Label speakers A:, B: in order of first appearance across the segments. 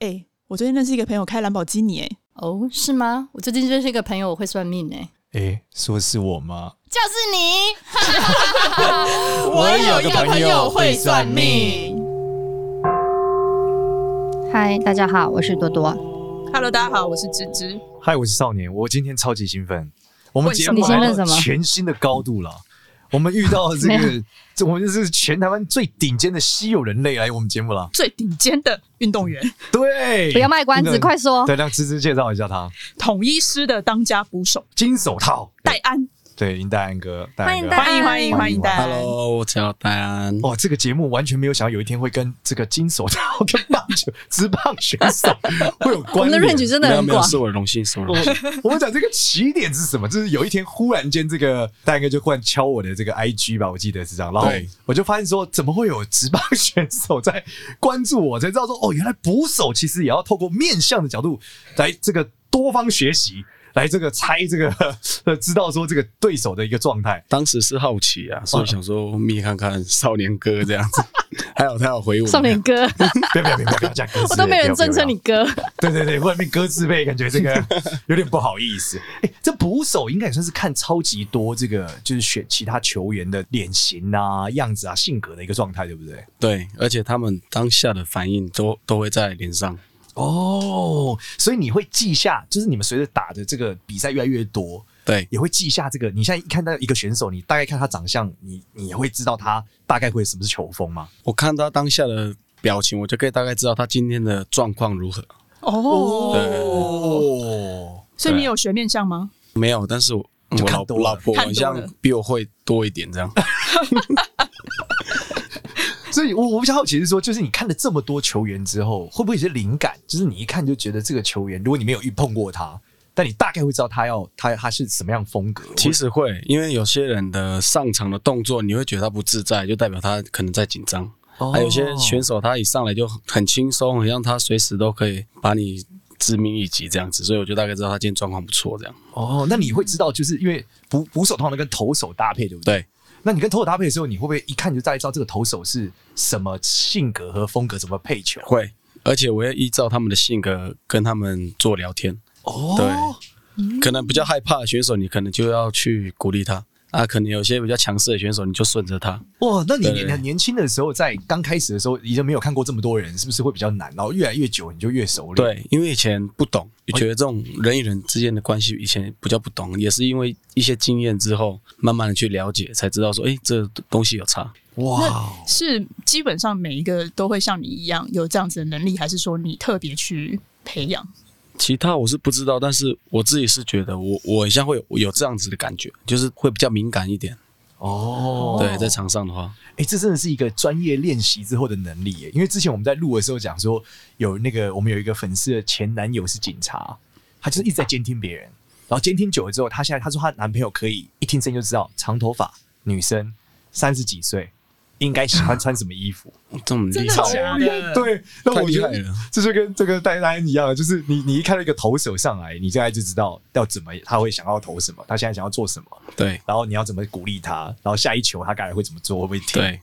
A: 哎、我最近认识一个朋友开兰博基尼、哎，
B: 哦，是吗？我最近认识一个朋友，我会算命呢、
C: 诶，说是我吗？
B: 就是你。
C: 我有个朋友会算
A: 命。
D: 嗨，大家好，我是多
C: 哎
D: 多。
E: Hello，大家好，我是芝芝。
C: 嗨，我是少年，我今天超级兴奋，我们
E: 为
C: 节
E: 什
C: 目
E: 么
C: 来
D: 你兴
C: 到
D: 奋什么
C: 全新的高度了。我们遇到 这
D: 没
C: 个，这我们就是全台湾最顶尖的稀有人类来我们节目了。
E: 最顶尖的运动员，
C: 对，
D: 不要卖关
C: 那
D: 子，
C: 个
D: 快说！
C: 对，让芝芝介绍一下他，
E: 统一师的当家捕手
C: 金手套，
E: 戴安，
C: 对，林戴安哥，戴安
D: 欢迎
C: 哥
D: 戴安
E: 欢迎欢迎欢迎戴安。
F: Hello，我叫戴安。
C: 哦，这个节目完全没有想到有一天会跟这个金手套 跟棒球职棒选手会有
D: 我
C: 关
D: 们的
C: 联。
D: range 真的
F: 没有
D: 很
F: 没有，
D: 广，
F: 是我的荣幸，是我的
C: 我
F: 荣幸。
C: 我们讲这个起点是什么？就是有一天忽然间，这个大哥就忽然敲我的这个 IG 吧，我记得是这样。然后
F: 对
C: 我就发现说，怎么会有职棒选手在关注我？才知道说，哦，原来捕手其实也要透过面向的角度来这个多方学习，来这个猜这个 呃，知道说这个对手的一个状态。
F: 当时是好奇啊，所以想说密看看少年哥这样子，还有他有回我。
D: 少年哥，
C: 不要不要不要不要讲歌词，
D: 我都没人
C: 不要
D: 尊
C: 不要
D: 称你哥。
C: 对对对，外面鸽子辈，感觉 这个有点不好意思。哎、这捕手应该也算是看超级多这个，就是选其他球员的脸型啊、样子啊、性格的一个状态，对不对？
F: 对，而且他们当下的反应都都会在脸上。
C: 哦，所以你会记下，就是你们随着打的这个比赛越来越多，
F: 对
C: 也会记下这个。你现在一看到一个选手，你大概看他长相，你你也会知道他大概会什么是球风吗？
F: 我看他当下的表情，我就可以大概知道他今天的状况如何。
E: 哦，
C: 哦，
E: 所以你有学面相吗？
F: 没有，但是我
C: 就
F: 我
C: 看
F: 老
C: 多了
F: 老婆
E: 看
F: 好
E: 多了
F: 像比我会多一点这样。
C: 所以我，我比较好奇是说，就是你看了这么多球员之后，会不会有些灵感？就是你一看就觉得这个球员，如果你没有遇碰过他，但你大概会知道他要他他是什么样风格。
F: 其实会，因为有些人的上场的动作，你会觉得他不自在，就代表他可能在紧张。
C: 哦
F: 还有些选手，他一上来就很轻松，好像他随时都可以把你致命一击这样子，所以我就大概知道他今天状况不错这样。
C: 哦，那你会知道，就是因为捕捕手通常都跟投手搭配，对不对？
F: 对，
C: 那你跟投手搭配的时候，你会不会一看就大概知道这个投手是什么性格和风格，怎么配球？
F: 会，而且我要依照他们的性格跟他们做聊天。
C: 哦
F: 对，可能比较害怕的选手，你可能就要去鼓励他。啊，可能有些比较强势的选手，你就顺着他。
C: 哇，那你
F: 对
C: 你很年轻的时候，在刚开始的时候，已经没有看过这么多人，是不是会比较难？然后越来越久，你就越熟练。
F: 对，因为以前不懂，
E: 哦
F: 也觉得这种人与人之间的关系以前比较不懂，也是因为一些经验之后，慢慢的去了解，才知道说，哎、这东西有差。
C: 哇，
E: 是基本上每一个都会像你一样有这样子的能力，还是说你特别去培养？
F: 其他我是不知道，但是我自己是觉得我，我很像会有有这样子的感觉，就是会比较敏感一点。
C: 哦，
F: 对，在场上的话，
C: 哎、这真的是一个专业练习之后的能力耶！因为之前我们在录的时候讲说，有那个我们有一个粉丝的前男友是警察，他就是一直在监听别人，然后监听久了之后，他现在他说她男朋友可以一听声音就知道长头发女生三十几岁应该喜欢穿什么衣服，
F: 这么厉害啊，
E: 的哦
C: 对，那
F: 太
C: 我觉
F: 厉害
C: 得
F: 了。
C: 这就跟这个戴安一样，就是你你一看到一个投手上来，你现在就知道要怎么他会想要投什么，他现在想要做什么，
F: 对
C: 然后你要怎么鼓励他，然后下一球他该来会怎么做，会不会停？
F: 对，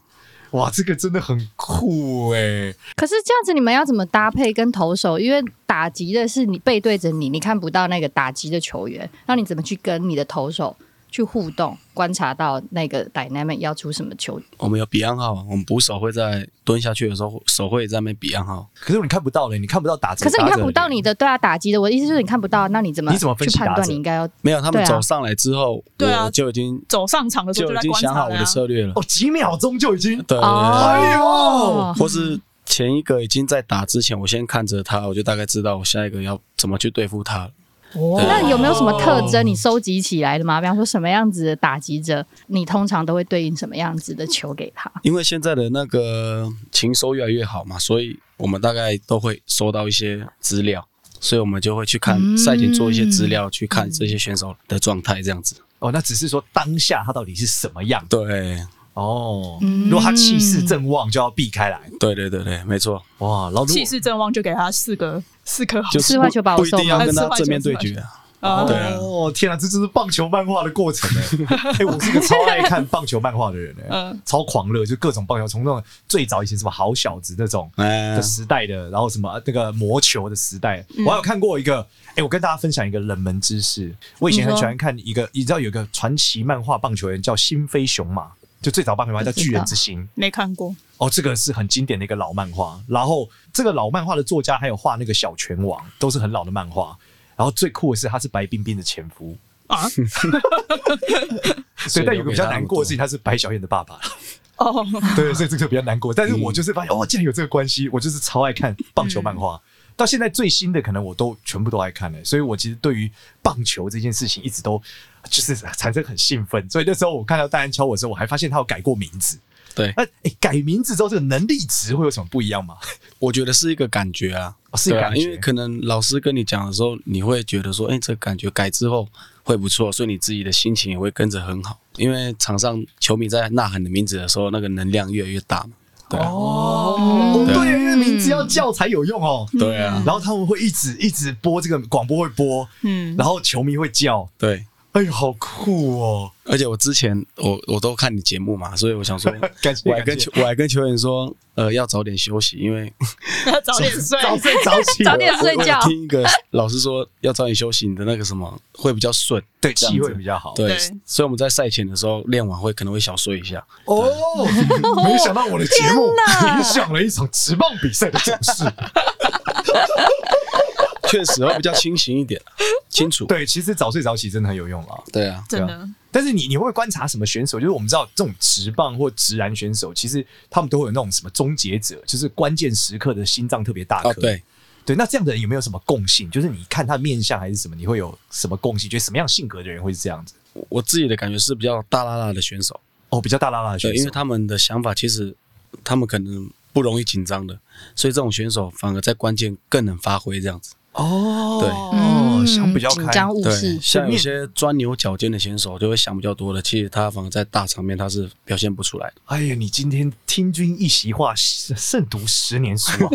C: 哇，这个真的很酷哎、
D: 可是这样子，你们要怎么搭配跟投手？因为打击的是你背对着你，你看不到那个打击的球员，那你怎么去跟你的投手去互动，观察到那个 dynamic 要出什么球？
F: 我们有比暗号，我们捕手会在蹲下去的时候，手会在那边比暗号。
C: 可是你看不到嘞，你看不到打折，
D: 可是你
C: 打
D: 看
C: 折
D: 不到
C: 的
D: 你的对啊打击的，我的意思就是你看不到，那你怎么
C: 你怎么分
D: 去
C: 析
D: 判
C: 打
D: 断
C: 者
D: 你应该要？
F: 没有，他
D: 对
F: 们
D: 啊
F: 走上来之后，
E: 对啊
F: 我就已经
E: 走上场的时候
F: 就
E: 在
F: 已经
E: 观
F: 想
E: 察
F: 好
E: 了、
F: 我
E: 啊
F: 的。策略了。
C: 哦，几秒钟就已经
F: 对对对对，
C: 哎呦
D: 哦，
F: 或是前一个已经在打之前，我先看着他，我就大概知道我下一个要怎么去对付他了。
E: 哦
D: 那有没有什么特征你收集起来的吗？比方说什么样子的打击者，你通常都会对应什么样子的球给他？
F: 因为现在的那个情收越来越好嘛，所以我们大概都会收到一些资料，所以我们就会去看
D: 嗯
F: 赛前做一些资料，去看这些选手的状态这样子。
C: 哦，那只是说当下他到底是什么样
F: 对，
C: 哦。
D: 嗯
C: 如果他气势正旺，就要避开来
F: 对对对对，没错，
C: 哇。然后如果
E: 气势正旺就给他四个四颗好，
F: 就是
D: 四坏球把我
F: 不一定
D: 送吗
F: 要跟他
E: 四坏球
F: 正面对决啊，
E: 啊
F: 对啊
C: 哦，天啊，这就是棒球漫画的过程 哎、欸！我是个超爱看棒球漫画的人 哎、
E: 嗯
C: 超狂热，就各种棒球，从那种最早以前什么好小子那种
F: 哎
C: 的时代的，然后什么那啊个魔球的时代，我还有看过一个，哎、我跟大家分享一个冷门知识，我以前很喜欢看一个，你知道有个传奇漫画棒球员叫新飞熊马，就最早棒球漫画叫巨人之星，
E: 没看过，
C: 哦，这个是很经典的一个老漫画。然后这个老漫画的作家还有画那个小拳王，都是很老的漫画。然后最酷的是，他是白冰冰的前夫
E: 啊。
C: 所以，但有个比较难过的事
F: 所以
C: 情，
F: 留给他那么多
C: 他是白小燕的爸爸。
E: 哦，
C: 对，所以这个比较难过。但是我就是发现，哦，竟然有这个关系，我就是超爱看棒球漫画。到现在最新的可能我都全部都爱看了，所以我其实对于棒球这件事情一直都就是产生很兴奋。所以那时候我看到戴安敲我的时候，我还发现他有改过名字。
F: 对，
C: 那、诶改名字之后，这个能力值会有什么不一样吗？
F: 我觉得是一个感觉啊，
C: 哦是一个
F: 对啊
C: 感觉
F: 因为可能老师跟你讲的时候，你会觉得说，哎、这感觉改之后会不错，所以你自己的心情也会跟着很好。因为场上球迷在呐喊你名字的时候，那个能量越来越大嘛。对啊，
C: 哦，对，因为名字要叫才有用哦。
F: 对啊，
C: 然后他们会一直一直播这个广播会播，
E: 嗯，
C: 然后球迷会叫，
F: 对。
C: 哎呦，好酷哦！，
F: 而且我之前我我都看你节目嘛，所以我想说
C: 感谢
F: 我还跟
C: 感谢
F: 球我还跟球员说，呃，要早点休息，因为
E: 要 早点睡，
C: 早睡早 起，
D: 早点睡
F: 我
D: 觉
F: 有。听一个老师说要早点休息，你的那个什么会比较顺。
D: 哦
C: 对
F: 这样
C: 气
F: 子
C: 会比较好。
F: 对
E: 对，
F: 所以我们在赛前的时候练完会可能会小睡一下。
C: 哦，没想到我的节目影响了一场直棒比赛的走势。
F: 确实会比较清醒一点，啊清楚。
C: 对，其实早睡早起真的很有用啦。
F: 对啊，
E: 真
C: 对
E: 的，
C: 但是你你会不会观察什么选手？就是我们知道这种直棒或直男选手，其实他们都会有那种什么终结者，就是关键时刻的心脏特别大颗、
F: 啊对
C: 哦对，那这样的人有没有什么共性？就是你看他面相还是什么，你会有什么共性？觉得什么样性格的人会是这样子？
F: 我我自己的感觉是比较大拉拉的选手，
C: 哦，比较大拉拉的选
F: 对，
C: 手，
F: 因为他们的想法其实他们可能不容易紧张的，所以这种选手反而在关键更能发挥这样子。
C: 哦，
D: 嗯
C: 想比较
D: 紧
C: 开，
D: 张务
F: 对
D: 事，，
F: 像有些钻牛角尖的选手就会想比较多的，其实他反而在大场面他是表现不出来的。
C: 哎呀，你今天听君一席话，胜读十年书 啊！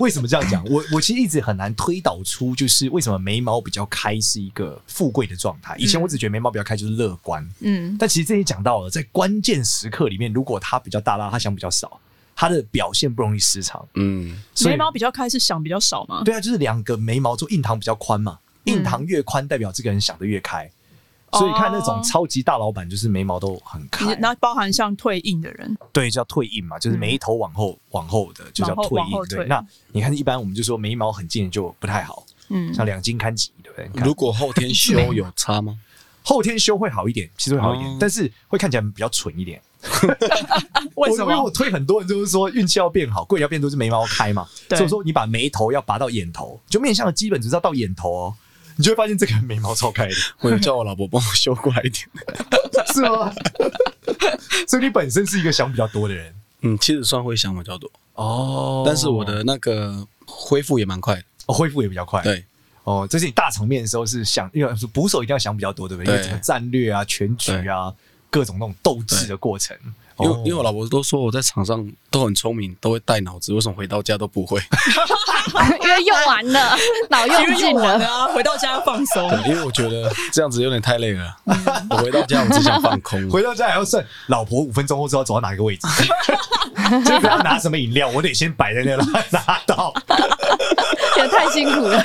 C: 为什么这样讲？我我其实一直很难推导出，就是为什么眉毛比较开是一个富贵的状态。以前我只觉得眉毛比较开就是乐观，
E: 嗯，
C: 但其实这里讲到了，在关键时刻里面，如果他比较大拉，他想比较少，他的表现不容易失常。
F: 嗯，
C: 所以
E: 眉毛比较开是想比较少嘛，
C: 对啊，就是两个眉毛做印堂比较宽嘛，
E: 嗯
C: 印堂越宽代表这个人想的越开。所以看那种
E: 哦
C: 超级大老板，就是眉毛都很开
E: 你，那包含像退印的人，
C: 对，叫退印嘛，就是眉头往后、往后的，就叫
E: 嗯往后
C: 退
E: 往后
C: 印。对，
E: 退
C: 那你看一般我们就说眉毛很近就不太好，
E: 嗯，
C: 像两斤看几，对不对？你看
F: 如果后天修有差吗？
C: 后天修会好一点，其实会好一点，
F: 哦
C: 但是会看起来比较蠢一点。
E: 为什
C: 哦我因为我
E: 么？
C: 推很多人就是说运气要变好，贵人要变多，就是眉毛开嘛。
E: 对
C: 所以说你把眉头要拔到眼头，就面相的基本只是要到眼头哦，你就会发现这个人眉毛超开的，
F: 我有叫我老婆帮我修过来一点。
C: 是 吗？所以你本身是一个想比较多的人
F: 嗯，其实算会想比较多，
C: 哦
F: 但是我的那个恢复也蛮快的。
C: 哦恢复也比较快，
F: 对，
C: 哦，这是你大场面的时候是想，因为捕手一定要想比较多，对不对？因
F: 对
C: 为整个战略啊、全局啊、各种那种斗志的过程。
F: 因为、
C: 哦
F: 因为我老婆都说我在场上都很聪明，都会带脑子，为什么回到家都不 会？
D: 因为用完 了，脑用尽
E: 完
D: 了
E: 了。啊，回到家放松，
C: 啊
F: 对，因为我觉得这样子有点太累 了。我回到家我只想放 空。
C: 回到家还要算老婆五分钟后知道走到哪一个位置， 就是要拿什么饮料，我得先摆在那让她拿到。
D: 也太辛苦 了。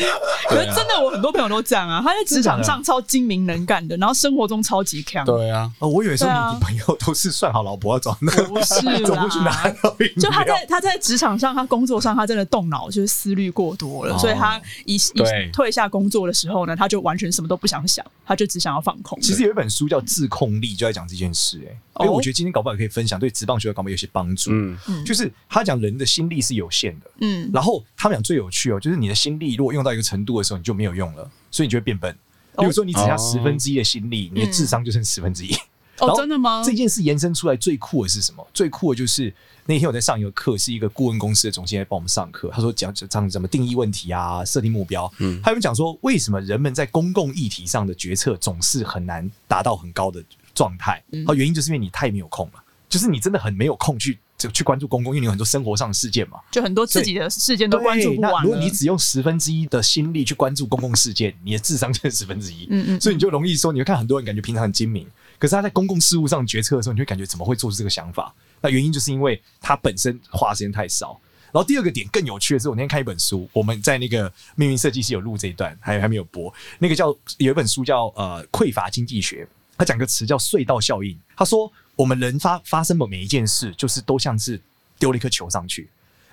E: 可是真的，我很多朋友都这样啊，他在职场
C: 真的假
E: 上超精明能干的，然后生活中超级强，
F: 对啊，
C: 哦，我有时
E: 对
C: 候
E: 啊
C: 你朋友都是算好老婆要走到那个，
E: 不是啦
C: 走过去拿到饮料。
E: 就他在他在职场上，他工作上，他真的动脑，就是思虑过多了，
C: 哦
E: 所以他一
F: 对
E: 一退下工作的时候呢，他就完全什么都不想想，他就只想要放空。
C: 其实有一本书叫《自控力》，就在讲这件事、欸。哎、
E: 哦
C: 因为我觉得今天搞不好也可以分享，对职棒学的搞不好有些帮助。
F: 嗯，
C: 就是他讲人的心力是有限的，
E: 嗯，
C: 然后他们讲最有趣哦，就是你的心力如果用到一个程度的时候，你就没有用了，所以你就会变笨。比如说，你只剩下
F: 哦
C: 十分之一的心力，你的智商就剩十分之一。 然
E: 哦，
C: 后
E: 真的吗？
C: 这件事延伸出来最酷的是什么？最酷的就是那天我在上一个课，是一个顾问公司的总监来帮我们上课，他说讲讲讲怎么定义问题啊，设定目标。嗯，他们讲说为什么人们在公共议题上的决策总是很难
E: 嗯
C: 达到很高的状态？好，原因就是因为你太没有空了，就是你真的很没有空去。只去关注公共，因为你有很多生活上的事件嘛。
E: 就很多自己的事件都关注
C: 对
E: 不
C: 那
E: 完
C: 如果
E: 了。
C: 你只用十分之一的心力去关注公共事件，你的智商就是十分之一。
E: 嗯嗯，
C: 所以你就容易说，你会看很多人感觉平常很精明，可是他在公共事务上决策的时候，你会感觉怎么会做出这个想法？那原因就是因为他本身花的时间太少。然后第二个点更有趣的是，我那天看一本书，我们在那个命运设计师有录这一段，还还没有播。那个叫有一本书叫呃匮乏经济学，他讲个词叫隧道效应。他说我们人发发生的每一件事，就是都像是丢了一颗球上去，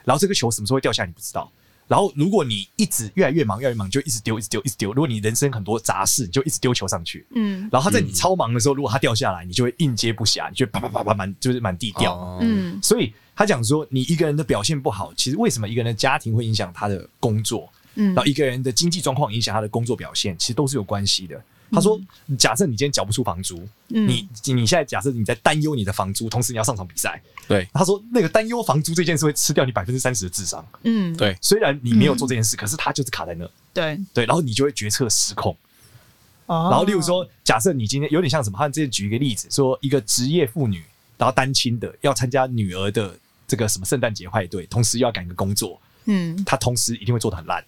C: 然后这个球什么时候会掉下来你不知道。然后如果你一直越来越忙，越来越忙，你就一直丢，一直丢，一直丢。如果你人生很多杂事，你就一直丢球上去。
E: 嗯
C: 然后他在你超忙的时候，如果他掉下来，你就会应接不暇，你就啪啪啪啪满就是满地掉。
F: 哦
E: 嗯
C: 所以他讲说，你一个人的表现不好，其实为什么一个人的家庭会影响他的工作，
E: 嗯
C: 然后一个人的经济状况影响他的工作表现，其实都是有关系的。他说，假设你今天缴不出房租，
E: 嗯
C: 你你现在假设你在担忧你的房租，同时你要上场比赛，
F: 对
C: 他说那个担忧房租这件事会吃掉你百分之三十的智商。
E: 嗯，
F: 对，
C: 虽然你没有做这件事，可是他就是卡在那，
E: 对，
C: 对，然后你就会决策失控。
E: 然
C: 然
E: 哦
C: 后，例如，说，假设你今天有点像什么，他之前举一个例子，说一个职业妇女，然后单亲的要参加女儿的这个什么圣诞节派对，同时又要赶一个工作，
E: 嗯
C: 她同时一定会做的很烂，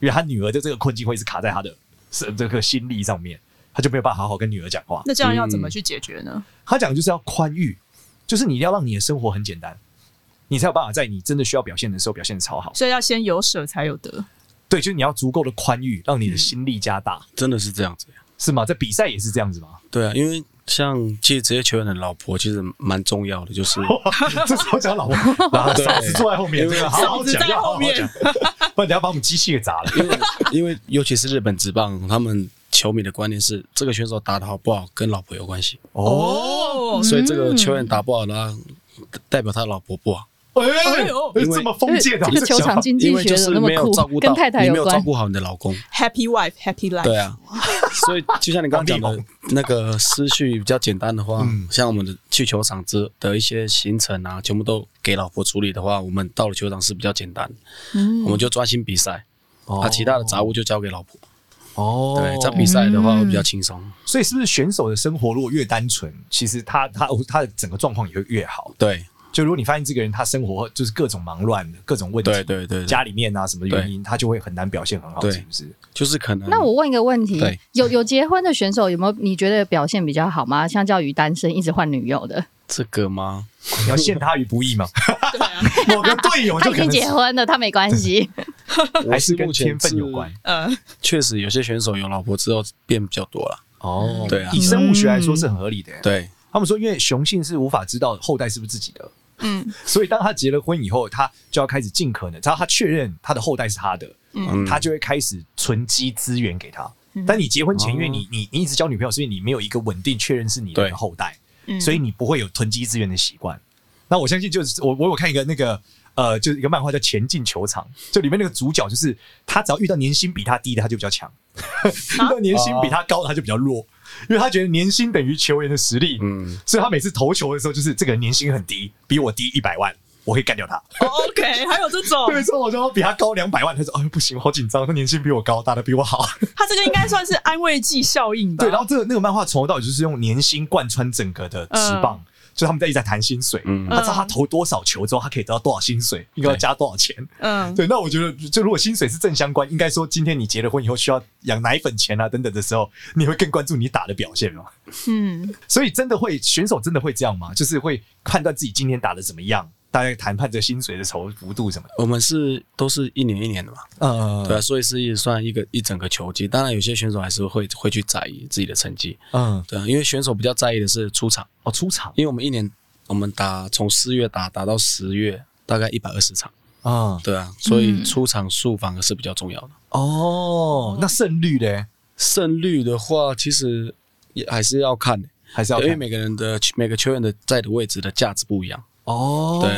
C: 因为她女儿的这个困境会一直卡在她的是这个心力上面，她就没有办法好好跟女儿讲话。
E: 那这样要怎么去解决呢？
C: 他讲的就是要宽裕，就是你一定要让你的生活很简单，你才有办法在你真的需要表现的时候表现的超好。
E: 所以要先有舍才有得。
C: 对，就是你要足够的宽裕，让你的心力加大，
F: 真的是这样子。
C: 是吗？在比赛也是这样子吗？
F: 对啊，因为像其实职业球员的老婆其实蛮重要的， 就是
C: 这时候讲老婆， 然后嫂子坐在后面，
F: 对
C: 这个好好
E: 嫂子
C: 讲，
E: 在
C: 要好
E: 后
C: 好
E: 面
C: 讲，不然等下把我们机器给砸了。
F: 因为因为尤其是日本职棒，他们球迷的观念是这个选手打得好不好跟老婆有关系，
C: 哦，
E: 哦，
F: 所以这个球员打不好呢，代表他老婆不好，
C: 哎
E: 哎呦
C: 这么封建的
D: 这个球场经济
F: 因为
D: 学
F: 就
D: 怎
F: 是
D: 么那
F: 没
D: 么
F: 有照
D: 酷？
F: 顾到
D: 跟太太
F: 你
D: 有
F: 没有照
D: 关。
F: 顾好你的老公，
E: Happy wife, happy life。
F: 对，啊，所以就像你刚刚讲
C: 王力
F: 的那个思绪比较简单的话，
C: 嗯
F: 像我们的去球场之的一些行程啊，全部都给老婆处理的话，我们到了球场是比较简单，
D: 嗯
F: 我们就专心比赛，
C: 哦
F: 啊，其他的杂物就交给老婆。
C: 哦嗯
F: 对，在比赛的话会比较轻松。
C: 所以是不是选手的生活如果越单纯，其实他他他的整个状况也会越好？
F: 对
C: 就如果你发现这个人他生活就是各种忙乱的各种问题，
F: 对对对，
C: 家
F: 里
C: 里面啊什么原因，他就会很难表现很好，
F: 对
C: 是不是？
F: 就是可能。
D: 那我问一个问题
F: 对：
D: 有有结婚的选手有没有你觉得表现比较好吗？相较于单身一直换女友的，
F: 这个吗？
C: 你要陷他于不义嘛？
E: 对啊，
C: 某个队友
D: 他
C: 就
D: 已
C: 可
D: 经
C: 能
D: 结
C: 是
D: 婚了，他没关系。
C: 还
F: 我
C: 是跟
F: 目前
C: 天分
F: 是
C: 有关。
E: 呃，
F: 确实有些选手有老婆之后变比较多了。
C: 哦
F: 对啊
C: 以生物学来说是很合理的。，
F: 嗯对，
C: 他们说，因为雄性是无法知道后代是不是自己的，
E: 嗯，
C: 所以当他结了婚以后，他就要开始尽可能，只要他确认他的后代是他的，
F: 嗯，
C: 他就会开始存积资源给他。但你结婚前，因为你你你一直交女朋友，所以你没有一个稳定确认是你的
F: 哦对
C: 后代，所以你不会有囤积资源的习惯。那我相信，就是我我有看一个那个呃，就是一个漫画叫《前进球场》，就里面那个主角就是他，只要遇到年薪比他低的，他就比较强； 遇到年薪比他高的，他就比较弱，因为他觉得年薪等于球员的实力。
F: 嗯，
C: 所以他每次投球的时候，就是这个人年薪很低，比我低一百万，我可以干掉他。
E: 哦 OK，还有这种，
C: 对，所以我就比他高两百万，他说：“哎呦，不行，我好紧张，他年薪比我高，打的比我好。
E: 他这个应该算是安慰剂效应”吧？
C: 对，然后这个那个漫画从头到尾就是用年薪贯穿整个的职棒，
E: 嗯
C: 就他们在一直在谈薪水。
F: 嗯
C: 他知道他投多少球之后，他可以得到多少薪水，应该要加多少钱。
E: 嗯，
C: 对，那我觉得，就如果薪水是正相关，应该说今天你结了婚以后需要养奶粉钱啊等等的时候，你会更关注你打的表现哦吗？
E: 嗯，
C: 所以真的会选手真的会这样吗？就是会判断自己今天打的怎么样，大概谈判这个薪水的酬幅度什么的。
F: 我们是都是一年一年的嘛，
C: 呃，
F: 对啊，所以是一算一个一整个球季。当然，有些选手还是会会去在意自己的成绩，
C: 嗯，
F: 对啊，因为选手比较在意的是出场，
C: 哦，出场，
F: 因为我们一年我们打从四月打打到十月，大概一百二十场，
C: 嗯，
F: 对啊，所以出场数反而是比较重要的。
C: 哦，那胜率嘞，
F: 胜率的话，其实也还是要看的、
C: 还是要
F: 因为
C: 看
F: 每个人的每个球员的在的位置的价值不一样。
C: 哦，
F: 对。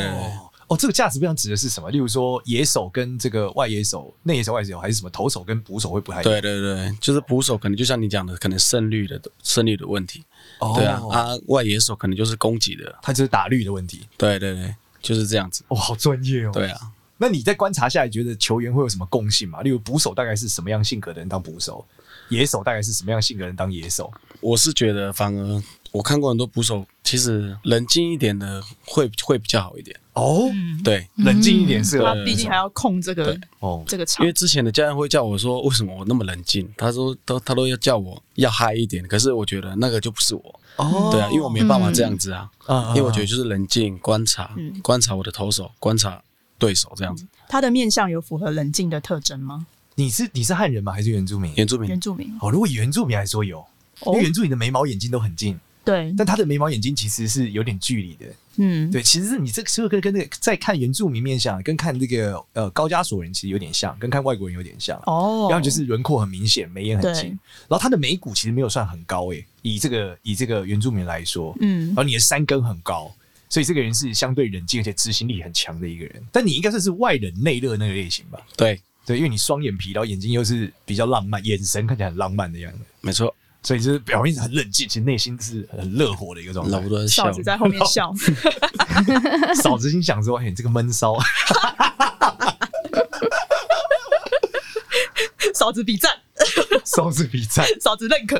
C: 哦，这个价值不一样指的是什么？例如说，野手跟这个外野手、内野手、外野手，还是什么投手跟捕手会不太一样？
F: 对对对，就是捕手可能就像你讲的，可能胜率的胜率的问题。
C: 哦
F: 对啊，啊，外野手可能就是攻击的。
C: 他就是打率的问题。
F: 对对对，就是这样子。
C: 哦，好专业哦。
F: 对，啊，
C: 那你在观察下来，觉得球员会有什么共性吗？例如捕手大概是什么样性格的人当捕手，野手大概是什么样性格的人当野手？
F: 我是觉得反而我看过很多捕手其实冷静一点的会会比较好一点。
C: 哦，
F: 对，
C: 冷静一点是吧
E: 他？嗯毕竟还要控这个
C: 哦，
E: 这个
F: 因
E: 场
F: 为，之前的家人会叫我说，为什么我那么冷静？他说都他都要叫我要嗨一点，可是我觉得那个就不是我。
C: 哦
F: 对啊，因为我没办法这样子啊，
C: 啊
F: 因为我觉得就是冷静观察，观察我的投手，观察对手这样子。
E: 他的面相有符合冷静的特征吗？
C: 你是你是汉人吗？还是原住民？
F: 原住民
E: 原住民
C: 哦，如果以原住民来说有，
E: 哦
C: 因为原住民的眉毛眼睛都很近，
E: 对，
C: 但他的眉毛眼睛其实是有点距离的。
E: 嗯，
C: 对，其实你这个时候跟跟那个在看原住民面相，跟看这个呃高加索人其实有点像，跟看外国人有点像。
E: 哦，
C: 要么就是轮廓很明显，眉眼很近
E: 对，
C: 然后他的眉骨其实没有算很高诶、以这个以这个原住民来说，
E: 嗯
C: 然后你的山根很高，所以这个人是相对冷静而且执行力很强的一个人。但你应该算是外冷内热那个类型吧？
F: 对，
C: 对，因为你双眼皮，然后眼睛又是比较浪漫，眼神看起来很浪漫的样子，
F: 没错，
C: 所以就是表面很冷静，其实内心是很热火的一个状
F: 老
C: 态
F: 婆。都在笑
E: 嫂。子在后面笑，
C: 嫂子心想说：“哎、你这个闷骚，
E: 嫂子比赞，
C: 嫂子比赞。”
E: 嫂子 认可。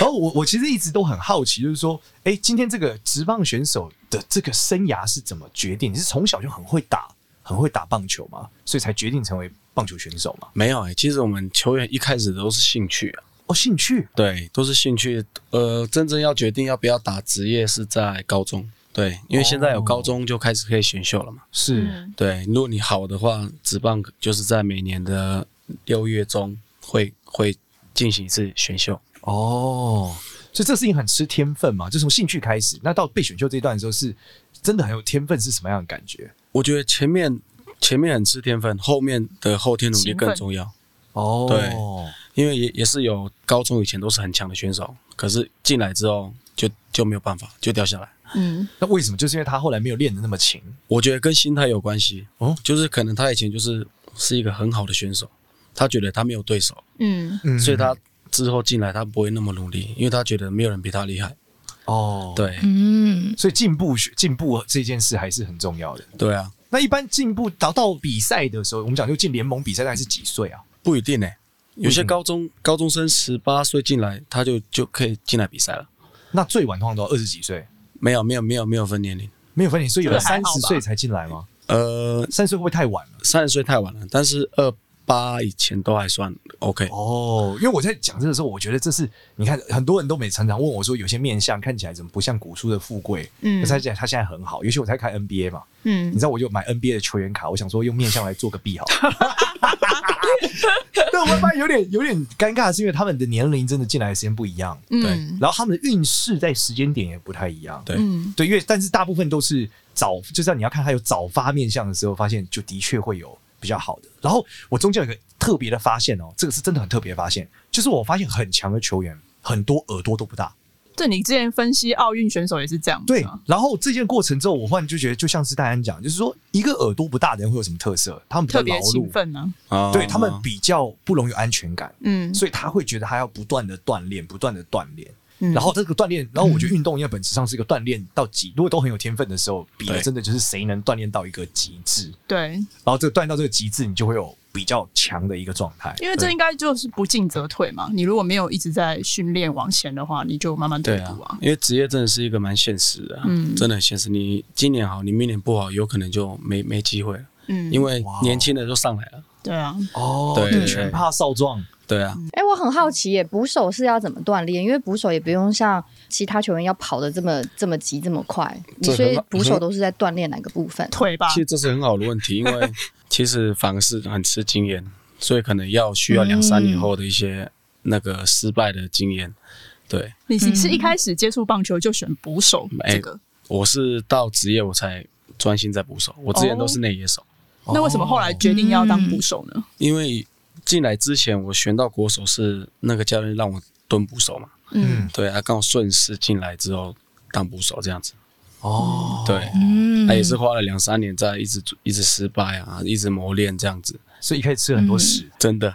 C: 然后我我其实一直都很好奇，就是说，哎、今天这个职棒选手的这个生涯是怎么决定？你是从小就很会打，很会打棒球吗？所以才决定成为棒球选手吗？
F: 没有哎、其实我们球员一开始都是兴趣啊，
C: 哦，兴趣
F: 对，都是兴趣。呃，真正要决定要不要打职业是在高中，对，因为现在有高中就开始可以选秀了嘛。
C: 是、
F: 对，如果你好的话，职棒就是在每年的六月中会会进行一次选秀。
C: 哦，所以这个事情很吃天分嘛，就从兴趣开始。那到被选秀这一段的时候是，真的很有天分，是什么样的感觉？
F: 我觉得前面前面很吃天分，后面的后天努力更重要，
C: 哦，
F: 对因为也也是有高中以前都是很强的选手，可是进来之后就就没有办法，就掉下来。
E: 嗯，
C: 那为什么？就是因为他后来没有练的那么勤
F: 我觉得跟心态有关系，
C: 哦
F: 哦，就是可能他以前就是是一个很好的选手，他觉得他没有对手，
E: 嗯，
C: 嗯
F: 所以他之后进来他不会那么努力，因为他觉得没有人比他厉害。
C: 哦，，
F: 对，
B: 嗯，
C: 所以进步学进步这件事还是很重要的。
F: 对啊，
C: 那一般进步达到比赛的时候，我们讲就进联盟比赛，大概是几岁啊？
F: 不一定呢、有些高中高中生十八岁进来，他就就可以进来比赛了。
C: 那最晚通常都要二十几岁，
F: 没有没有没有没有分年龄，
C: 没有分你，所以有的
E: 这个还
C: 三
E: 好吧
C: 十岁才进来吗？
F: 呃，
C: 三十岁会不会太晚了？
F: 三十岁太晚了，但是二八以前都还算 OK。
C: 哦，因为我在讲这个时候，我觉得这是你看，很多人都没常常问我说，有些面相看起来怎么不像古书的富贵？嗯，
E: 嗯
C: 可是他现在他现在很好，尤其我在看 NBA 嘛，你
E: 嗯
C: 知道我就买 NBA 的球员卡，我想说用面相来做个 弊好了。但我发现有点有点尴尬，是因为他们的年龄真的进来的时间不一样，
E: 嗯
C: 然后他们的运势在时间点也不太一样。
F: 对
E: 嗯，
C: 对，因为但是大部分都是早，就像你要看他有早发面相的时候，发现就的确会有比较好的。然后我中间有一个特别的发现哦，这个是真的很特别的发现，就是我发现很强的球员很多耳朵都不大。
E: 这你之前分析奥运选手也是这样，
C: 对
E: 是啊吗，
C: 然后这件过程之后，我忽然就觉得，就像是戴安讲，就是说一个耳朵不大的人会有什么特色？他们比较
E: 特
C: 劳
E: 别兴
C: 碌，
E: 奋呢。
F: 啊
C: 对他们比较不容易有安全感。
E: 嗯
C: 所以他会觉得他要不断的锻炼，不断的锻炼。
E: 嗯
C: 然后这个锻炼，然后
F: 嗯
C: 我觉得运动因为本质上是一个锻炼到极，如果都很有天分的时候，比的
F: 对
C: 真的就是谁能锻炼到一个极致，
E: 对，
C: 然后这个锻炼到这个极致，你就会有比较强的一个状态。
E: 因为这应该就是不进则退嘛。你如果没有一直在训练往前的话，你就慢慢退
F: 对
E: 步啊
F: 啊。，因为职业真的是一个蛮现实的、啊，
E: 嗯
F: 真的很现实。你今年好，你明年不好，有可能就没没机会了，
E: 嗯，
F: 因为
C: 哇哦
F: 年轻的都上来了。
E: 对啊，
C: 哦，
F: 对
C: 对，
F: 对
C: 拳怕少壮，
F: 对啊，
C: 嗯
D: 哎、我很好奇耶，捕手是要怎么锻炼？因为捕手也不用像其他球员要跑的这么这么急这么快，
F: 这
D: 你所
F: 很
D: 以
F: 好
D: 捕手都是在锻炼哪个部分？
E: 腿吧
F: 其，实这是很好 的问题，因为其实反而是很吃经验，所以可能要需要
E: 嗯
F: 两三年后的一些那个失败的经验。对，
E: 你你是一开始接触棒球就选捕手
F: 哎
E: 这个，
F: 我是到职业我才专心在捕手，我之前都是内野
E: 哦
F: 手，
E: 那为什么后来决定要当捕手呢？
F: 因为进来之前我选到国手是那个教练让我蹲捕手嘛，
C: 嗯，
F: 对啊，刚好顺势进来之后当捕手这样子，
C: 哦，
F: 对，嗯他、
D: 哎
F: 也是花了两三年在一直一直失败啊，一直磨练这样子，
C: 所以一开始吃很
E: 嗯
C: 多屎，
F: 真 的，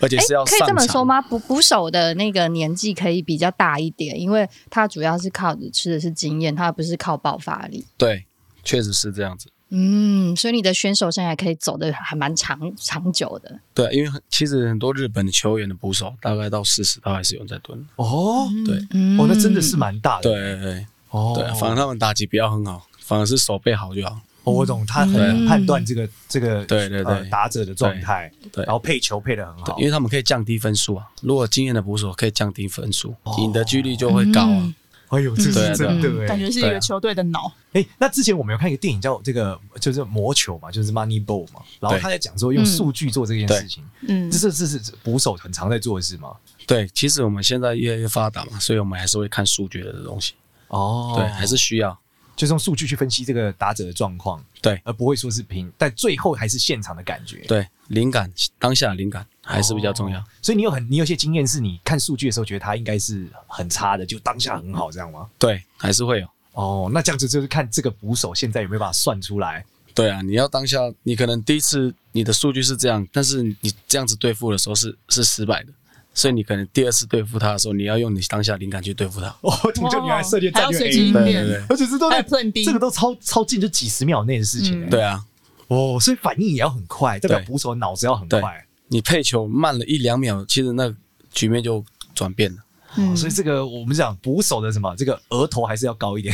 F: 而且
D: 哎
F: 是要
D: 嗯可以
F: 上
D: 这么说
F: 场。
D: 吗？捕捕手的那个年纪可以比较大一点，因为他主要是靠吃的是经验，他不是靠爆发力。
F: 对，确实是这样子。
D: 嗯，所以你的选手生涯可以走的还蛮长长久的。
F: 对，啊因为很其实很多日本的球员的捕手大概到四十，他还是有在蹲。
C: 哦，
F: 对
D: 嗯
C: 哦，那真的是蛮大的。
F: 对对对
C: 哦，
F: 对，啊反正他们打击不要很好，反而是手背好就好。
C: 哦我懂，他很
F: 对
C: 判断这个这个
F: 嗯对对对
C: 呃打者的状态，
F: 对
C: 然后配球配的很
F: 对
C: 好，
F: 因为他们可以降低分数啊。如果经验的捕手可以降低分数，
C: 哦
F: 赢的几率就会高
D: 嗯
F: 啊。
C: 哎呦，这
F: 对
C: 是
F: 啊
C: 真的哎
E: 感觉是一
F: 对
E: 个
F: 啊
E: 球队的脑。
C: 哎、那之前我们有看一个电影叫这个就是魔球嘛，就是 Money Ball 嘛，然后
F: 对
C: 他在讲说用数据做这件事情，
E: 嗯
C: 这，是这是捕手很常在做的事吗？
F: 对，其实我们现在越来越发达嘛，所以我们还是会看数据的东西。
C: 哦
F: 对，还是需要。
C: 就是用数据去分析这个打者的状况，
F: 对
C: 而不会说是凭，但最后还是现场的感觉，，哦
F: 对，灵感当下的灵感还是比较重要。
C: 所以你有很你有些经验是你看数据的时候觉得他应该是很差的，就当下很好这样吗？
F: 对，还是会有。
C: 哦，那这样子就是看这个捕手现在有没有办法算出来，
F: 对啊，你要当下，你可能第一次你的数据是这样，但是你这样子对付的时候是是失败的，所以你可能第二次对付他的时候，你要用你当下灵感去对付他。
C: 哦，我就你来涉猎
E: 还
C: 战
E: 要
C: 略
E: 随
C: A，
E: 机应
F: 对
E: 变
F: 对，对
C: 而且这都在
E: 还有 Plan B
C: 这个都超超近，就几十秒内的事
E: 嗯
C: 情、欸
F: 对啊，
C: 哦，所以反应也要很快，代表
F: 对
C: 捕手脑子要很
F: 对
C: 快。哦
F: 你配球慢了一两秒，其实那局面就转变了。
C: 哦
E: 嗯
C: 所以这个我们讲捕手的什么，这个额头还是要高 一点。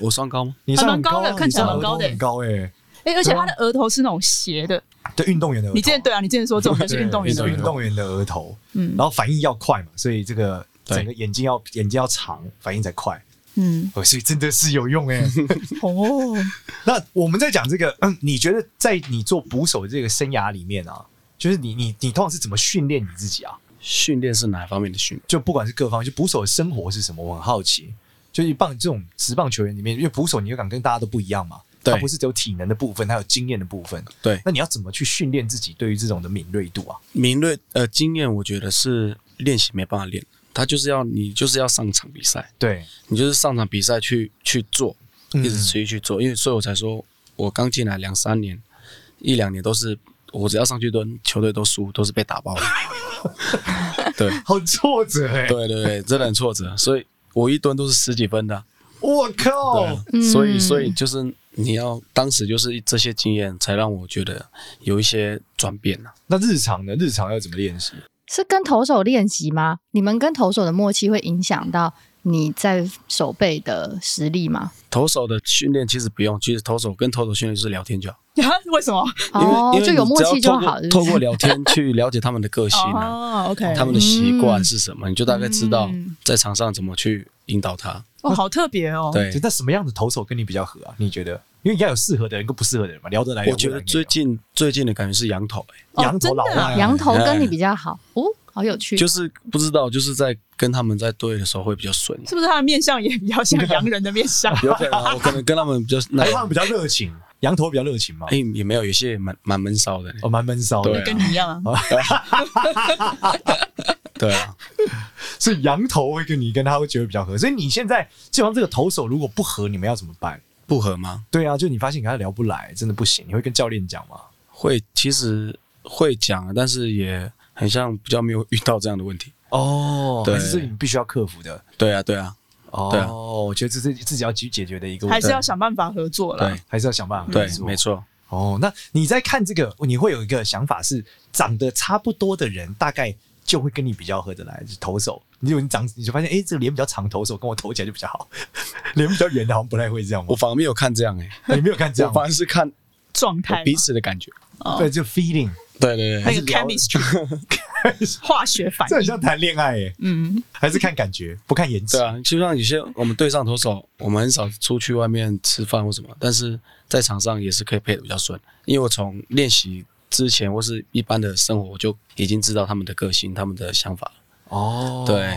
F: 我双高吗？
C: 你算很
E: 蛮高的
C: 啊
E: 看起来
C: 你算
E: 蛮高的
C: 额头很高哎、
E: 哎，而且他的额头是那种斜的。
C: 对，运动员的额头。
E: 你之前对啊，你之前说这种就是
C: 对
E: 运动员的
C: 对
E: 额
C: 运
E: 头，
C: 动员的额头，
E: 嗯
C: 然后反应要快嘛，所以这个
F: 对
C: 整个眼睛要眼睛要长，反应才快。
E: 嗯，
C: 哦，所以真的是有用哎、
E: 哦，
C: 那我们在讲这个，嗯，你觉得在你做捕手的这个生涯里面啊，就是你你你通常是怎么训练你自己啊？
F: 训练是哪方面的训练？
C: 就不管是各方，就捕手的生活是什么，我很好奇。就是棒这种职棒球员里面，因为捕手你就敢跟大家都不一样嘛，
F: 对
C: 他不是只有体能的部分，他有经验的部分。
F: 对，
C: 那你要怎么去训练自己对于这种的敏锐度啊？
F: 敏锐呃经验，我觉得是练习没办法练，他就是要你就是要上场比赛，
C: 对，
F: 你就是上场比赛去去做，
C: 嗯
F: 一直持续去做，因为所以我才说我刚进来两三年，一两年都是我只要上去蹲，球队都输，都是被打爆的。对
C: 好挫折哎、
F: 对对对，真的很挫折，所以我一蹲都是十几分的啊、
C: 我靠！
F: 对啊所以所以就是你要当时就是这些经验，才让我觉得有一些转变啊。
C: 那日常呢？日常要怎么练习？
D: 是跟投手练习吗？你们跟投手的默契会影响到你在手背的实力吗？
F: 投手的训练其实不用，其实投手跟投手训练就是聊天就好，
E: 为什么？
F: 因为、
D: 哦
F: 因，为
D: 就有
F: 你
D: 默
F: 只要
D: 契就
F: 透过
D: 好。是不
F: 透
D: 是
F: 过聊天 去了解他们的个性啊，
E: 哦，OK，
F: 他们的习惯是什么，你就大概知道
E: 嗯
F: 在场上怎么去引导他。
E: 哦，好特别哦，
F: 对
C: 就，那什么样的投手跟你比较合啊？你觉得？因为应该有适合的人跟不适合的人嘛，聊得来。
F: 我觉得最近最近的感觉是羊头、欸，
E: 哦
C: 羊头老
E: 真的
C: 外、
E: 啊
D: 羊头跟你比较好哦，好有趣。
F: 就是不知道就是在跟他们在对的时候会比较顺，
E: 是不是他的面相也比较像洋人的面相？
F: 有可能啊我可能跟他们比较那
C: 还有他们比较热情，羊头比较热情嘛，
F: 哎、也没有，有些也蛮蛮闷骚的、
C: 哦，蛮闷骚的
F: 对。
E: 跟你一样啊，
F: 对啊，
C: 所以羊头会跟你跟他会觉得比较合。所以你现在基本上这个投手如果不合，你们要怎么办？
F: 不合吗？
C: 对啊，就你发现你跟他聊不来，真的不行，你会跟教练讲吗？
F: 会，其实会讲，但是也很像比较没有遇到这样的问题。
C: 哦
F: 对
C: 还是这是你必须要克服的。
F: 对啊，对啊，
C: 哦，
F: 对啊
C: 我觉得这是自己要去解决的一个问
E: 还
C: 题，
E: 是要想办法合作啦。
F: 对
C: 还是要想办法
F: 对
C: 克，服
F: 没。错，
C: 哦，那你在看这个，你会有一个想法是，长得差不多的人大概就会跟你比较合得来，就是投手。你有你长，你就发现，哎、这个脸比较长，投手跟我投起来就比较好， 脸比较圆的，好像不太会这样吗
F: 我？反而没有看这样哎、
C: 你没有看这
F: 我
C: 样吗
F: 反？而是看
E: 状态嘛
F: 彼此的感觉。
E: 哦
C: 对，就 feeling，
F: 对对
E: 那
F: 对，
E: 个 chemistry 化学反
C: 这很
E: 应，
C: 像谈恋爱耶，
E: 嗯，
C: 还是看感觉，不看颜值
F: 对。啊，就像有些我们队上投手，我们很少出去外面吃饭或什么，但是在场上也是可以配的比较顺，因为我从练习之前或是一般的生活，我就已经知道他们的个性、他们的想法了。
C: 哦
F: 对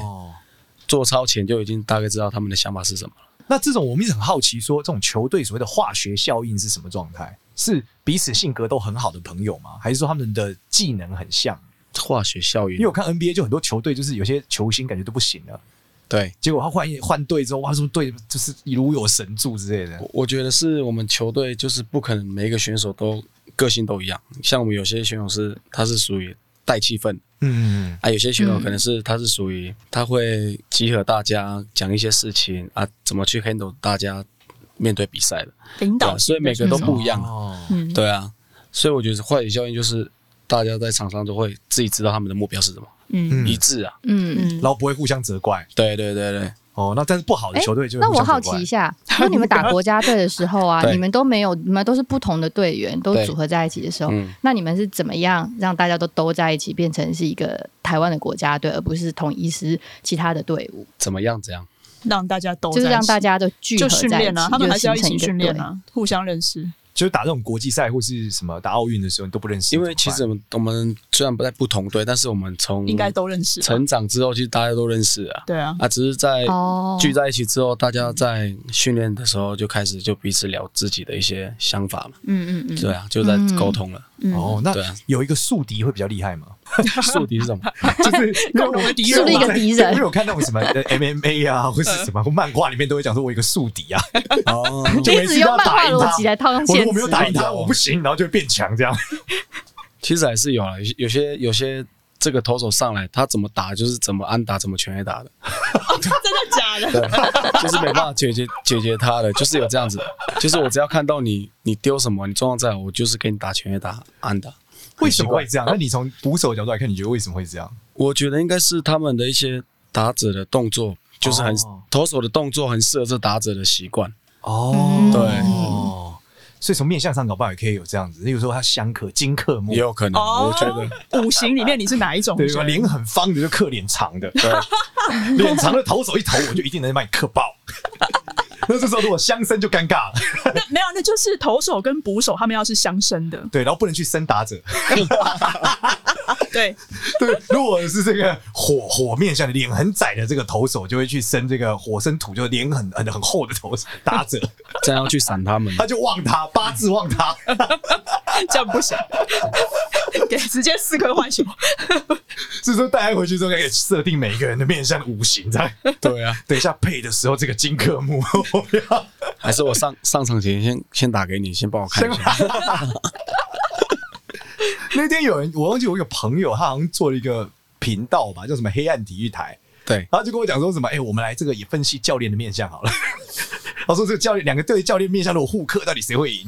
F: 做操前就已经大概知道他们的想法是什么了。
C: 那这种我们一直很好奇说这种球队所谓的化学效应是什么状态？是彼此性格都很好的朋友吗？还是说他们的技能很像？
F: 化学效
C: 因为
F: 应
C: 我，看 NBA 就很多球队，就是有些球星感觉都不行了，
F: 对
C: 结果他换一换队之后，哇，是不是队就是如有神助之类的？
F: 我我觉得是我们球队就是不可能每一个选手都个性都一样，像我们有些选手是他是属于带气氛的
C: 嗯，
F: 啊，有些选手可能是他是属于他会集合大家讲一些事情啊，怎么去 handle 大家面对比赛的，
E: 领
F: 对
E: 导
F: 啊，所以每个
E: 型的
F: 都
E: 选手
F: 不一样啊。
C: 哦，
E: 嗯，
F: 对啊，所以我觉得化学效应就是大家在场上都会自己知道他们的目标是什么，
E: 嗯
F: 一致啊。
D: 嗯，
C: 然后不会互相责怪
F: 对对对对，
C: 哦。那但是不好的
D: 哎
C: 球队就会
D: 那我
C: 互相
D: 好
C: 责怪
D: 奇一下，那你们打国家队的时候啊，
F: 对
D: 你们都没有，你们都是不同的队员都
F: 对
D: 组合在一起的时候
F: 嗯，
D: 那你们是怎么样让大家都都在一起，变成是一个台湾的国家队，而不是统一是其他的队伍？
F: 怎么样怎样？
E: 让大家都
D: 就是
E: 在一
D: 让
E: 起
D: 大家都聚
E: 就
D: 合在一起，
E: 训练啊，他们还是要一
D: 就形
E: 起
D: 成
E: 训
D: 一
E: 练
D: 个队。
E: 啊，互相认识。
C: 就是打这种国际赛或是什么打奥运的时候，你都不认识。
F: 因为其实
C: 怎么
F: 我们我们虽然不在不同队，但是我们从
E: 应该都认识吧。
F: 成长之后，其实大家都认识啊。
E: 对 啊，
F: 啊，只是在
D: 哦
F: 聚在一起之后，大家在训练的时候就开始就彼此聊自己的一些想法嘛。
E: 嗯嗯嗯，
F: 对啊，就在沟通了。
D: 嗯
C: 办哦，那
F: 对啊
C: 有一个宿敌会比较厉害吗？
E: 嗯
F: 宿敌是什么？
C: 就是
E: 共同的敌
D: 树
E: 人
D: 立一
E: 嘛
D: 个敌人
C: 因为我看那种什么呃 MMA 啊，或是什么漫画里面都会讲说，我有一个宿敌啊，
F: 哦，
C: 就每
D: 你
C: 次
D: 只
C: 都
D: 用
C: 要
D: 漫
C: 打
D: 画
C: 赢
D: 逻辑
C: 他。
D: 来套用
C: 我
D: 现
C: 如果没有
D: 实，
C: 打赢他，我不行，然后就会变强这样。
F: 其实还是有了，有些有些有些这个投手上来，他怎么打就是怎么安打，怎么全 垒打的，
E: 真的假的？
F: 对，就是没办法解决解决他的，就是有这样子的，就是我只要看到你你丢什么，你状况再好，我就是给你打全垒打安打。
C: 为什么会这样？那你从捕手的角度来看，你觉得为什么会这样？
F: 我觉得应该是他们的一些打者的动作，就是很、
C: 哦
F: 投手的动作很适合这打者的习惯。
C: 哦
F: 对
C: 所以从面相上搞不好也可以有这样子。例如说他相克、金克木
F: 也，有可能，
E: 哦
F: 我觉得
E: 五行里面你是哪一种
C: 对
E: 人？
C: 吧？脸很方的就克脸长的，脸长的投手一投，我就一定能把你克爆。 那这时候如果相生就尴尬了，，
E: 那没有，那就是投手跟捕手他们要是相生的
C: 对，然后不能去生打 者。
E: 对，
C: 对，如果是这个火火面向的脸很窄的这个投手，就会去生这个火生土，就脸很很很厚的投手打者，
F: 这样要去闪 他们。
C: 他就旺他八字旺他。
E: 这样 不行，给直接四颗浣熊。
C: 所以说大家回去之后可以设定每一个人的面向五行，在
F: 对啊，
C: 等一下配的时候，这个金克木我要
F: 还是我上上场前先先打给你，先帮我看一下。
C: 那天有人，我忘记我有个朋友，他好像做了一个频道吧，叫什么黑暗体育台，
F: 对，
C: 然后就跟我讲说什么，哎、我们来这个也分析教练的面相好了。 他说这个教练两个队教练面相如果互克，到底谁会赢？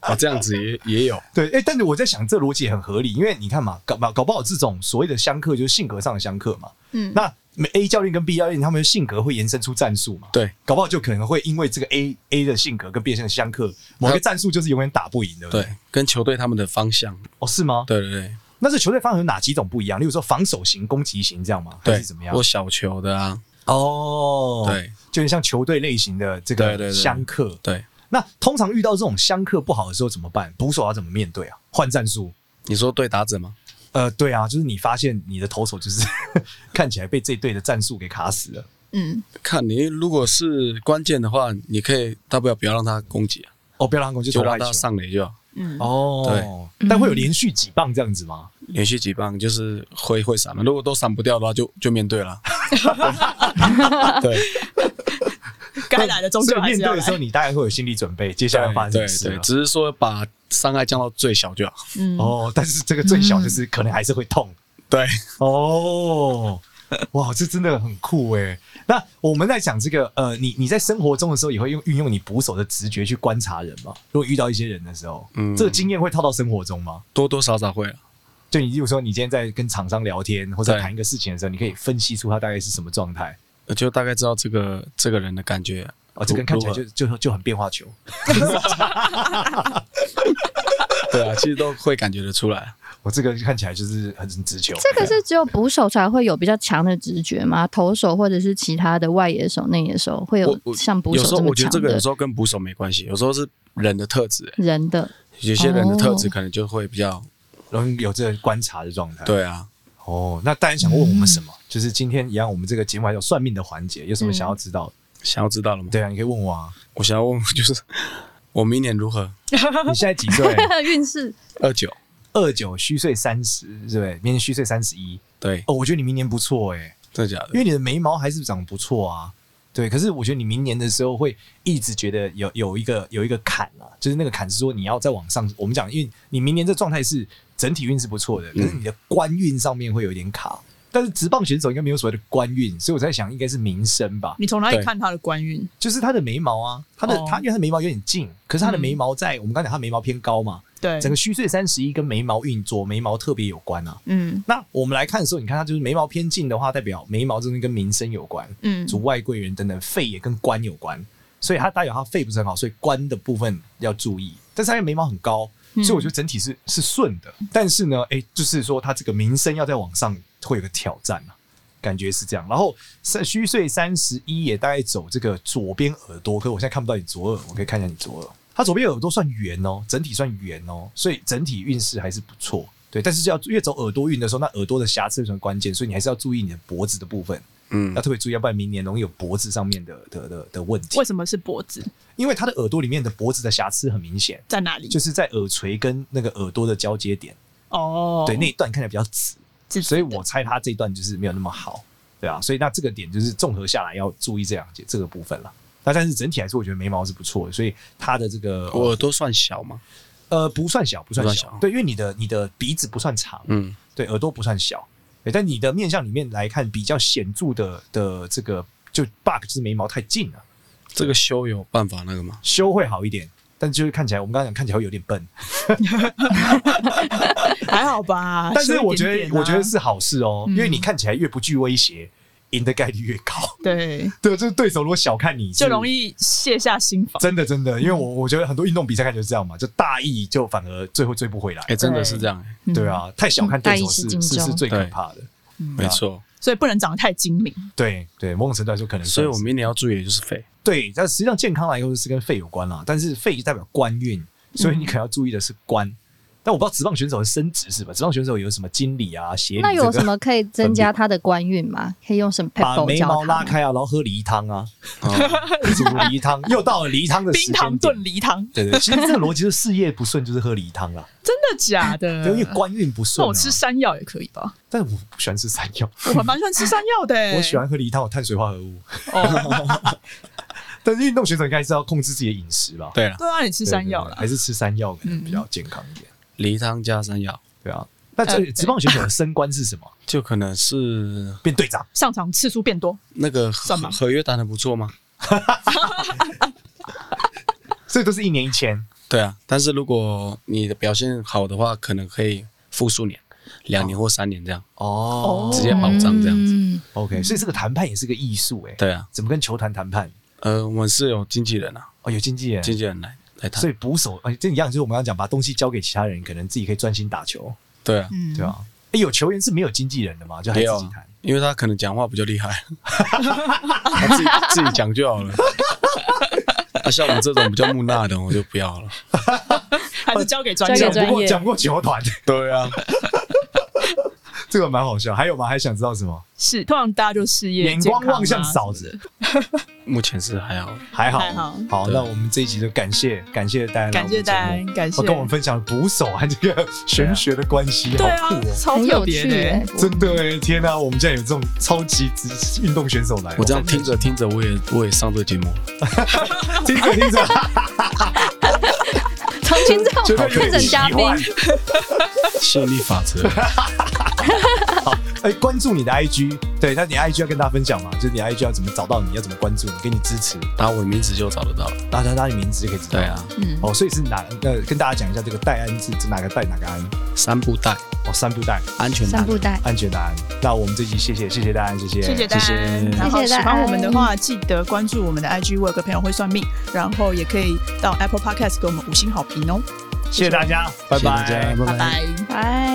F: 啊，这样子也也有。
C: 对，哎、但是我在想，这逻辑也很合理，因为你看嘛，搞搞搞不好这种所谓的相克就是性格上的相克嘛。嗯，那 A 教练跟 B 教练他们的性格会延伸出战术嘛？
F: 对，
C: 搞不好就可能会因为这个 A A 的性格跟 B 的相克，某一个战术就是永远打不赢，对不对？
F: 对，跟球队他们的方向，
C: 哦，是吗？
F: 对对对
C: 那这球队方向有哪几种不一样？例如说防守型、攻击型这样吗？还
F: 对，
C: 是怎么样
F: 我？小球的啊，
C: 哦，
F: 对，
C: 就有点像球队类型的这
F: 对对
C: 个
F: 对
C: 相克。
F: 对，
C: 那通常遇到这种相克不好的时候怎么办？捕手要怎么面对啊？换战术？
F: 你说对打者吗？
C: 呃，对啊，就是你发现你的投手就是 看起来被这队的战术给卡死了。
E: 嗯，
F: 看你如果是关键的话，你可以大不了不要让他攻击啊，
C: 哦，不要让攻击
F: 就
C: 投
F: 让
C: 外
F: 他
C: 球。
F: 上垒就好，
C: 哦，对，但会
E: 嗯
C: 有连续几棒这样子吗？
F: 连续几棒就是挥挥闪嘛，如果都闪不掉的话，就就面对 了。对，
E: 该来的终
C: 所
E: 究
C: 以
E: 还
C: 面
E: 是要
C: 对的
E: 来
C: 时。候，你大概会有心理准备，接下来会发生什
F: 对
C: 么事
F: 对，
C: 了。
F: 只是说把伤害降到最小就好。
E: 嗯，
C: 哦，但是这个最小就是可能还是会痛。
F: 对，
C: 哦，哇，这真的很酷哎。那我们在讲这个，呃，你你在生活中的时候也会用运用你捕手的直觉去观察人吗？如果遇到一些人的时候，
F: 嗯
C: 这个经验会套到生活中吗？
F: 多多少少会啊。
C: 就你，例如说你今天在跟厂商聊天或者
F: 对
C: 谈一个事情的时候，你可以分析出他大概是什么状态。
F: 我就大概知道这个这个人的感觉。
C: 哦，这个人看起来就
F: 如
C: 就就很变化球。
F: 何对啊，其实都会感觉得出来。
C: 我这个看起来就是很直球。
D: 这个是只有捕手才会有比较强的直觉吗？投手或者是其他的外野手、内野手会有
F: 我我
D: 像捕
F: 有时
D: 手
F: 候
D: 这
F: 我
D: 么
F: 觉
D: 强
F: 得这个有
D: 的
F: 时候跟捕手没关系，有时候是人的特
C: 哦
F: 质、欸
D: 人的？
F: 有些人的特质
D: 哦
F: 可能就会比较
C: 然后有这个观察的状态。，
F: 对啊。
C: 哦，那大家想问我们什么？
D: 嗯
C: 就是今天一样，我们这个节目还有算命的环节，有什么想要知道
D: 嗯
C: 的？
F: 想要知道了吗？
C: 对啊，你可以问我啊。
F: 我想要问，就是我明年如何？
C: 你现在几 岁？
D: 运势
F: 二九，
C: 二九虚岁三十，对不对？明年虚岁三十一。
F: 对，
C: 哦，我觉得你明年不错哎、
F: 真的假
C: 因
F: 的？
C: 为你的眉毛还是长得不错啊。对，可是我觉得你明年的时候会一直觉得有有一个有一个坎啊，就是那个坎是说你要再往上。我们讲，因为你明年这状态是整体运是不错的，可是你的官运上面会有点卡。但是职棒选手应该没有所谓的官运，所以我在想应该是名声 吧，
E: 你从哪里
F: 对
E: 看他的官运？
C: 就是他的眉毛啊，他的、
E: 哦嗯
C: 他因为他的眉毛有点近，可是他的眉毛在、我们刚才讲他眉毛偏高嘛，
E: 对，
C: 整个虚岁三十一跟眉毛运作眉毛特别有关啊。
E: 嗯
C: 那我们来看的时候，你看他就是眉毛偏近的话，代表眉毛这东西跟民生有关，
E: 嗯，
C: 主外贵人等等，肺也跟官有关，所以他代表他肺不是很好，所以官的部分要注意。但是他的眉毛很高，所以我觉得整体是是顺的。但是呢，哎、就是说他这个名声要再往上，会有个挑战啊，感觉是这样。然后三虚岁三十一也大概走这个左边耳朵，可是我现在看不到你左耳，我可以看一下你左耳。他左边耳朵算圆哦，整体算圆哦，所以整体运势还是不错。对，但是要越走耳朵运的时候，那耳朵的瑕疵是很关键，所以你还是要注意你的脖子的部分。
F: 嗯
C: 要，特别注意，要不然明年容易有脖子上面的的的的问题
E: 为。什么是脖子
C: 因为他的耳朵里面的脖子的瑕疵很明显，
E: 在哪里？
C: 就是在耳垂跟那个耳朵的交接点，
E: 哦，
C: 对那一段看起来比较紫，
E: 那
C: 所以我猜他这一段就是没有那么好，对啊，所以那这个点就是综合下来要注意这两节这个部分了。那但是整体来说，我觉得眉毛是不错的，所以他的这个
F: 我耳朵算小嘛，
C: 呃不算小，不算
F: 不算
C: 小
F: 小，
C: 对，因为你的你的鼻子不算长，
F: 嗯，
C: 对，耳朵不算小，对，但你的面相里面来看，比较显著的的这个就 bug 就是眉毛太近了。
F: 这个修有办法那个吗？
C: 修会好一点，但就是看起来，我们刚刚讲看起来会有点笨，
E: 还好吧。
C: 但是
E: 修一
C: 我觉得、
E: 点点啊
C: 我觉得是好事哦，
E: 嗯
C: 因为你看起来越不具威胁，赢的概率越高。
E: 对，
C: 对，就是对手如果小看你，
E: 就容
C: 易。
E: 易卸下心防。
C: 真的，真的，因为我我觉得很多运动比赛看就是这样嘛，就大意就反而最后追不回来
F: 哎、。真的是这样、哎，
E: 嗯
C: 对，啊，太小看对手
D: 嗯大意
C: 是
D: 失荆
C: 是
D: 州
C: 是最可怕的。嗯
F: 没错。
E: 嗯所以不能长得太精明。
C: 对对，某种程度来说可能算是。
F: 所以我明年要注意的就是肺，
C: 对，但实际上健康来说是跟肺有关啦，但是肺代表官运，所以你可能要注意的是官。但我不知道职棒选手的升职是吧？职棒选手有什么经理啊、协理？
D: 那有什
C: 这个
D: 么可以增加他的官运吗？可以用什么 p e
C: 把
D: p
C: 眉
D: l
C: 毛
D: 教
C: 拉
D: 他？
C: 开啊，然后喝梨汤啊，
F: 哦、
C: 煮梨汤，又到了梨汤的时
E: 冰
C: 间
E: 糖
C: 点
E: 炖。梨汤，
C: 对对，其实这个逻辑就是事业不顺就是喝梨汤啦，
E: 真的假的？
C: 对，因为官运不
E: 嗯那
C: 顺、啊。
E: 我吃山药也可以吧？
C: 但我不喜欢吃山药，
E: 我还蛮喜欢吃山药的、欸。
C: 我喜欢喝梨汤，有碳水化合物。
E: 哦，
C: 但是运动选手应该是要控制自己的饮食吧？
F: 对了，
E: 对啊，你吃
C: 对，
E: 山药
C: 对对
E: 啦。
C: 还是吃山药可能
E: 嗯
C: 比较健康一点，
F: 梨汤加山药，
C: 对啊。那这
E: 呃
C: 职棒选手的升官是什么？
F: 就可能是
C: 变队长。
E: 上场次数变多，
F: 那个
E: 算吗
F: 合合约谈的不错吗？
C: 所以都是一年一签，
F: 对啊，但是如果你的表现好的话，可能可以复数年，两年或三年这样，
C: 哦
F: 直接保障这样子。
D: 嗯，
C: OK，所以这个谈判也是个艺术哎，
F: 对啊，
C: 怎么跟球团谈判？
F: 呃，我们是有经纪人啊，
C: 哦，有经纪人，
F: 经纪人来来谈
C: 所。以捕手哎，这一样就是我们刚刚讲，把东西交给其他人，可能自己可以专心打球，
F: 对啊，
E: 嗯，
C: 对啊。哎，有球员是没有经纪人的嘛，就还
F: 也
C: 自
F: 有
C: 己
F: 啊
C: 谈。，
F: 因为他可能讲话比较厉害，他自己自己讲就好了。 啊，像我这种比较木讷的，我就不要了。
E: 还是交给专
D: 交
E: 业
D: 给。专
C: 不过
D: 业
C: 讲不过球团，
F: 对啊，
C: 这个蛮好笑。还有吗？还想知道什么？
E: 是，通常大家就事业、
C: 眼光
E: 健康啊
C: 望向嫂子，
F: 目前是还好。
C: 还好，
E: 还好
C: 好。
F: 对
C: 那我们这一集就感谢感谢大家来我
E: 感
C: 们
E: 谢
C: 节
E: 大
C: 目，
E: 家，感谢。
C: 我跟我们分享捕手和这个玄学的关系，
E: 对啊
C: 好酷哦，。
E: 超
D: 很
E: 特
D: 有
E: 别
D: 趣
E: 的、
D: 欸
E: 欸。，
C: 真的哎，天哪、我们竟然有这种超级职运动选手来，哦
F: 我这样听着听着，我也我也上这节目了。
C: 听着听 着，
D: 从今之后
C: 觉得有
D: 变
C: 点
D: 成
C: 奇
D: 嘉宾，
C: 幻。
F: 吸引力法则，
C: 哎、关注你的 IG，对，那你 IG 要跟大家分享嘛，就是你 IG 要怎么找到你，要怎么关注你，给你支持，
F: 打我的名字就找得到了。
C: 大家大家名字就可以知道。
F: 对啊，
E: 嗯，
C: 哦，所以是哪？呃，跟大家讲一下这个戴安是是哪个戴哪个安？
F: 三步带，
C: 哦，三步戴，
F: 安全带
D: 三。布袋。
C: 安全的安。那我们这期谢谢谢谢戴安，谢谢
E: 谢谢大家
F: 谢谢。
E: 然后
D: 谢谢
E: 喜
D: 大家
E: 欢我们的话，记得关注我们的 IG。我有个朋友会算命，然后也可以到 Apple Podcast 给我们五星好评哦。
C: 谢谢大家，拜
F: 谢谢
C: 拜
F: 大家拜
E: 拜
F: 拜
E: 拜
D: 拜。